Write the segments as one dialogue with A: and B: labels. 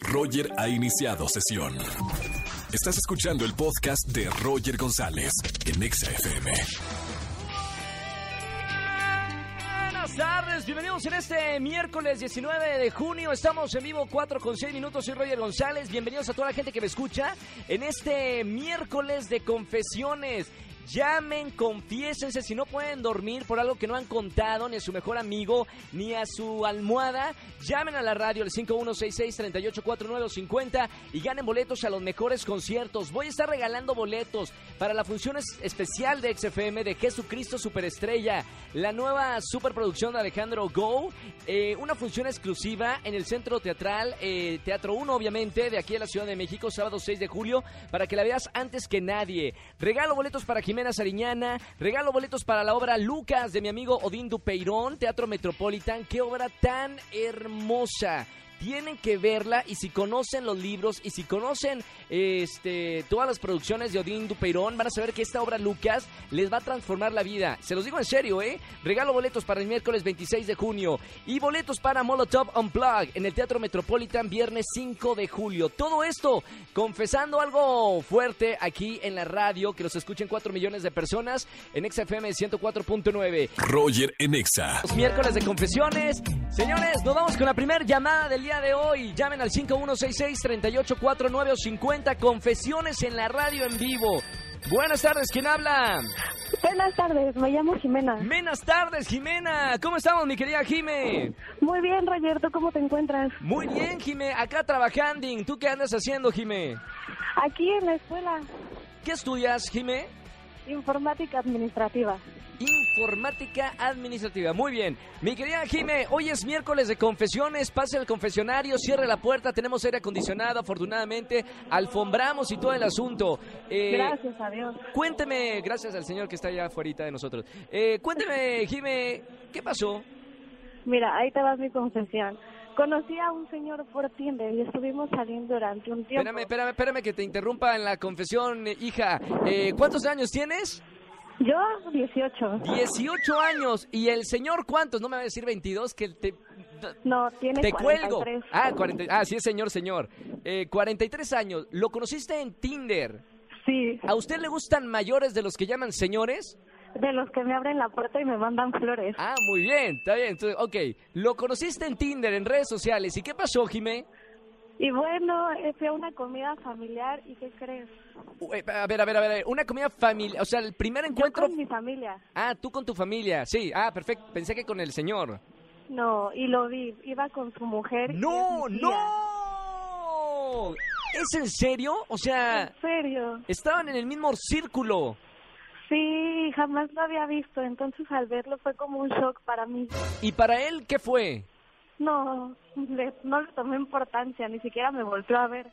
A: Roger ha iniciado sesión. Estás escuchando el podcast de Roger González en EXA-FM.
B: Buenas tardes, bienvenidos en este miércoles 19 de junio. Estamos en vivo 4 con 6 minutos. Soy Roger González. Bienvenidos a toda la gente que me escucha en este miércoles de confesiones. Llamen, confiésense si no pueden dormir por algo que no han contado ni a su mejor amigo ni a su almohada. Llamen a la radio al 5166-384950 y ganen boletos a los mejores conciertos. Voy a estar regalando boletos para la función es- especial de XFM de Jesucristo Superestrella, la nueva superproducción de Alejandro Go, eh, una función exclusiva en el Centro Teatral, eh, Teatro 1 obviamente, de aquí a la Ciudad de México, sábado 6 de julio, para que la veas antes que nadie. Regalo boletos para Jimena Sariñana, regalo boletos para la obra Lucas de mi amigo Odín Dupeirón, Teatro Metropolitan, qué obra tan hermosa. Tienen que verla y si conocen los libros y si conocen este, todas las producciones de Odín Dupeirón, van a saber que esta obra Lucas les va a transformar la vida. Se los digo en serio, ¿eh? Regalo boletos para el miércoles 26 de junio y boletos para Molotov Unplugged en el Teatro Metropolitan viernes 5 de julio. Todo esto confesando algo fuerte aquí en la radio que los escuchen 4 millones de personas en XFM 104.9.
A: Roger en EXA.
B: Los miércoles de confesiones. Señores, nos vamos con la primera llamada del día de hoy. Llamen al 5166-3849-50. Confesiones en la radio en vivo. Buenas tardes, ¿quién habla?
C: Buenas tardes, me llamo Jimena.
B: Buenas tardes, Jimena. ¿Cómo estamos, mi querida Jime?
C: Muy bien, Roger, ¿tú cómo te encuentras?
B: Muy bien, Jime. Acá trabajando. ¿Tú qué andas haciendo, Jime?
C: Aquí en la escuela,
B: ¿Qué estudias, Jime?
C: informática administrativa.
B: Informática Administrativa. Muy bien. Mi querida Jime, hoy es miércoles de confesiones. Pase al confesionario, cierre la puerta. Tenemos aire acondicionado, afortunadamente. Alfombramos y todo el asunto. Eh,
C: Gracias a Dios.
B: Cuénteme, gracias al señor que está allá afuera de nosotros. Eh, cuénteme, Jime, ¿qué pasó?
C: Mira, ahí te vas mi confesión. Conocí a un señor por Tinder y estuvimos saliendo durante un tiempo.
B: Espérame, espérame, espérame que te interrumpa en la confesión, eh, hija. Eh, ¿Cuántos años tienes?
C: Yo, 18.
B: 18 años. ¿Y el señor cuántos? No me va a decir 22, que te...
C: No, tiene
B: Te cuelgo.
C: 43.
B: Ah, 40, ah, sí, es señor, señor. Eh, 43 años. Lo conociste en Tinder.
C: Sí,
B: ¿A usted le gustan mayores de los que llaman señores?
C: de los que me abren la puerta y me mandan flores.
B: Ah, muy bien, está bien. Entonces, ok, lo conociste en Tinder, en redes sociales. ¿Y qué pasó, Jimé?
C: Y bueno, eh, fui a una comida familiar y ¿qué crees?
B: Uh, eh, A ver, a ver, a ver. Una comida familiar. O sea, el primer encuentro.
C: Yo con mi familia.
B: Ah, tú con tu familia. Sí, ah, perfecto. Pensé que con el señor.
C: No, y lo vi, iba con su mujer. y
B: ¡No,
C: es mi tía.
B: no! ¿Es en serio? O sea,
C: En serio.
B: estaban en el mismo círculo.
C: Sí, jamás lo había visto, entonces al verlo fue como un shock para mí.
B: ¿Y para él qué fue?
C: No, le- no le tomé importancia, ni siquiera me volvió a ver.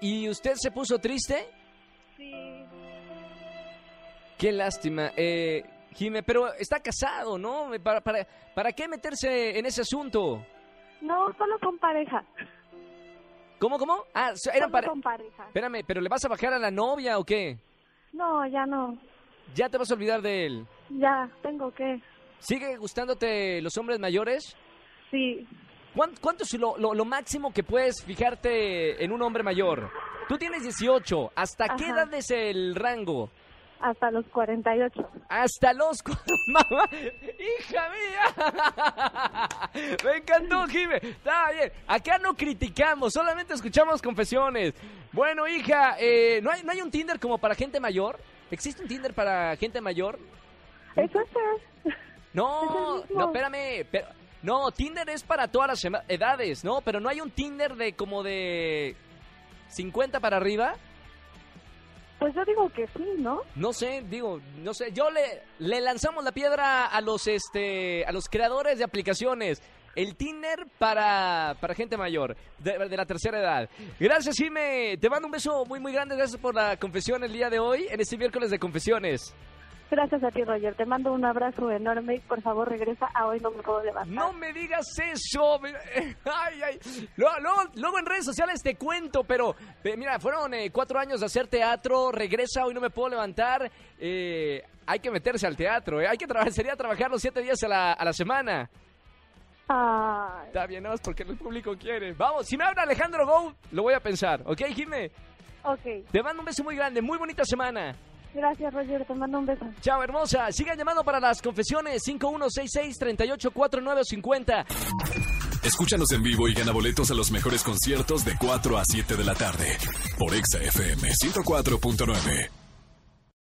B: ¿Y usted se puso triste?
C: Sí,
B: Qué lástima. Eh, Jime, pero está casado, ¿no? Eh, ¿Para, para, para qué meterse en ese asunto?
C: no, solo con pareja.
B: ¿Cómo, cómo? Ah, so- eran
C: solo
B: para...
C: con pareja.
B: Espérame, ¿pero le vas a bajar a la novia o qué?
C: No, ya no,
B: ¿Ya te vas a olvidar de él?
C: ya tengo que.
B: ¿Sigue gustándote los hombres mayores?
C: Sí,
B: ¿Cuán- ¿Cuánto es lo, lo- lo máximo que puedes fijarte en un hombre mayor? Tú tienes 18. ¿Hasta qué
C: Ajá.
B: edad es el rango?
C: hasta los 48.
B: Hasta los... cu- ¡Mamá! ¡Hija mía! Me encantó, Jime. Está bien. Acá no criticamos, solamente escuchamos confesiones. Bueno, hija, eh, ¿no, hay, ¿no hay un Tinder como para gente mayor? ¿Existe un Tinder para gente mayor?
C: Eso es eh, ser.
B: No,
C: Es el mismo.
B: no, espérame. pero- no, Tinder es para todas las ema- edades, ¿no? Pero no hay un Tinder de como de 50 para arriba.
C: Pues yo digo que sí, ¿no?
B: No sé, digo, no sé. Yo le, le lanzamos la piedra a los este a los creadores de aplicaciones. El Tinder para, para gente mayor, de, de la tercera edad. Gracias, Jime. Te mando un beso muy, muy grande. Gracias por la confesión el día de hoy, en este miércoles de confesiones.
C: Gracias a ti, Roger. Te mando un abrazo enorme y por favor regresa a hoy no me puedo levantar.
B: No me digas eso. me- Ay, ay. Luego, luego- luego en redes sociales te cuento, pero eh, mira, fueron eh, cuatro años de hacer teatro. Regresa, hoy no me puedo levantar. eh, hay que meterse al teatro, eh, hay que trabajar, sería trabajar los siete días a la, a la semana.
C: Ay,
B: Está bien, nada más porque el público quiere. Vamos, si me habla Alejandro Go, lo voy a pensar. ¿Ok, Jime?
C: ok.
B: Te mando un beso muy grande, muy bonita semana.
C: Gracias, Roger. Te mando un beso.
B: Chao, hermosa. Sigan llamando para las confesiones 5166-384950.
A: Escúchanos en vivo y gana boletos a los mejores conciertos de 4 a 7 de la tarde por Exa FM 104.9.